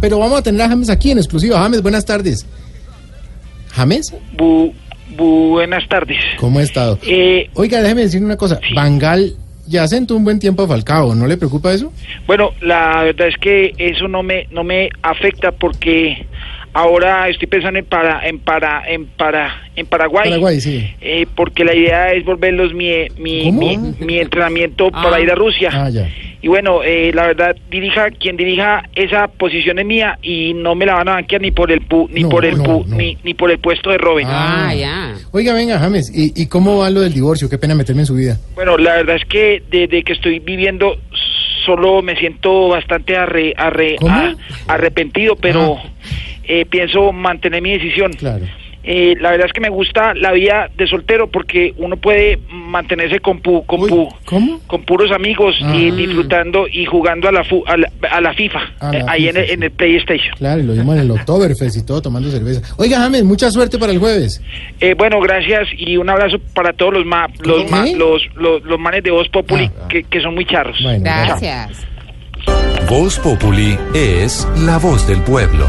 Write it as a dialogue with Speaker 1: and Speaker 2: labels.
Speaker 1: pero vamos a tener a James aquí en exclusiva. James, buenas tardes. ¿James?
Speaker 2: Bu- buenas tardes.
Speaker 1: ¿Cómo ha estado?
Speaker 2: Eh,
Speaker 1: Oiga, déjeme decir una cosa. Bangal ya sentó un buen tiempo a Falcao, ¿no le preocupa eso?
Speaker 2: bueno, la verdad es que eso no me no me afecta porque ahora estoy pensando en para en para en para en Paraguay.
Speaker 1: Paraguay, sí.
Speaker 2: Eh, porque la idea es volverlos mi mi,
Speaker 1: ¿Cómo?
Speaker 2: mi, mi entrenamiento para ir a Rusia.
Speaker 1: Ah, ya.
Speaker 2: Y bueno, eh, la verdad, dirija quien dirija esa posición es mía y no me la van a banquear ni por el pu, ni
Speaker 1: No,
Speaker 2: por el
Speaker 1: no,
Speaker 2: pu-
Speaker 1: no.
Speaker 2: Ni, ni por el puesto de Robin.
Speaker 3: Ah, ya.
Speaker 1: Oiga, venga, James, ¿y, y cómo va lo del divorcio? Qué pena meterme en su vida.
Speaker 2: Bueno, la verdad es que desde que estoy viviendo solo me siento bastante arre- arre-
Speaker 1: ¿Cómo? Ah.
Speaker 2: a- arrepentido, pero eh, pienso mantener mi decisión.
Speaker 1: Claro.
Speaker 2: Eh, la verdad es que me gusta la vida de soltero porque uno puede mantenerse con pu- con
Speaker 1: Uy,
Speaker 2: pu-
Speaker 1: ¿Cómo?
Speaker 2: con puros amigos y
Speaker 1: Ah.
Speaker 2: disfrutando y jugando a la fu- a la, a la FIFA
Speaker 1: A la
Speaker 2: eh, ahí en
Speaker 1: FIFA,
Speaker 2: el-
Speaker 1: sí.
Speaker 2: en el PlayStation.
Speaker 1: Claro, y lo vimos en el Oktoberfest y todo tomando cerveza. Oiga, James, mucha suerte para el jueves.
Speaker 2: Eh, bueno, gracias y un abrazo para todos los ma- los, ma-
Speaker 1: ¿Qué?
Speaker 2: los, los, los manes de Voz Populi
Speaker 1: Ah, ah.
Speaker 2: que, que son muy charros.
Speaker 1: Bueno,
Speaker 3: Gracias.
Speaker 4: Voz Populi es la voz del pueblo.